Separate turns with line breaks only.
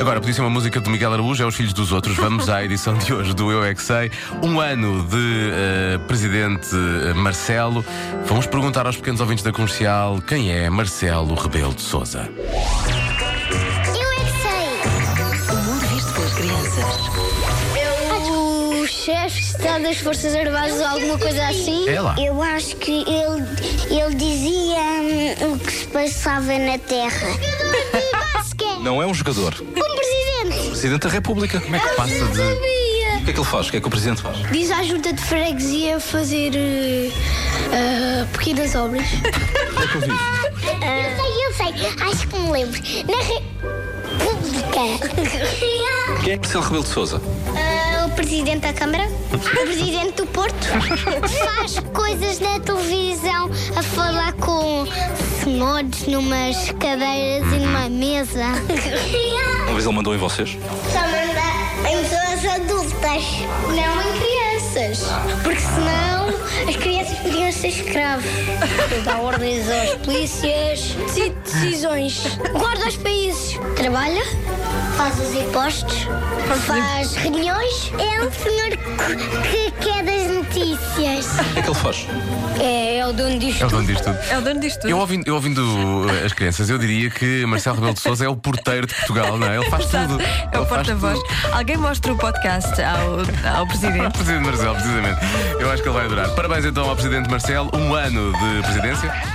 Agora, podia ser uma música de Miguel Araújo, é Os Filhos dos Outros. Vamos à edição de hoje do Eu é Que Sei. Um ano de eh, presidente eh, Marcelo. Vamos perguntar aos pequenos ouvintes da comercial quem é Marcelo Rebelo de Souza.
Eu é que sei.
O mundo visto pelas crianças.
É o chefe de Estado das Forças Armadas ou alguma coisa assim?
É lá.
Eu acho que ele, ele dizia hum, o que se passava na Terra.
Não é um jogador.
Um presidente.
Presidente da República. Como é que passa de. O que é que ele faz? O que é que o Presidente faz?
Diz à junta de freguesia fazer eh, pequenas obras.
O que é que eu vi?
eu sei, eu sei. Acho que me lembro. Na República.
Quem é Marcelo Rebelo de Souza?
Ah, o presidente da Câmara, o presidente do Porto, faz coisas na televisão a falar com senhores numas cadeiras e numa mesa.
Uma vez ele mandou em vocês?
Só manda em pessoas adultas, não em crianças, porque senão as crianças podiam ser escravos. Dá ordens aos polícias, decide decisões, guarda os países, trabalha, faz os impostos, faz reuniões. É um senhor que quer das notícias.
O que é que ele faz?
É, é o dono
É o
disto.
dono disto tudo.
É o dono disto tudo.
Eu ouvindo, eu ouvindo uh, as crianças, eu diria que Marcelo Rebelo de Souza é o porteiro de Portugal, não é? Ele faz
Exato.
tudo.
É o
Ele faz
porta-voz.
tudo. É
Alguém mostra o podcast ao, ao presidente.
Presidente Marcelo, precisamente. Eu acho que ele vai adorar. Parabéns então ao Presidente Marcelo, um ano de presidência.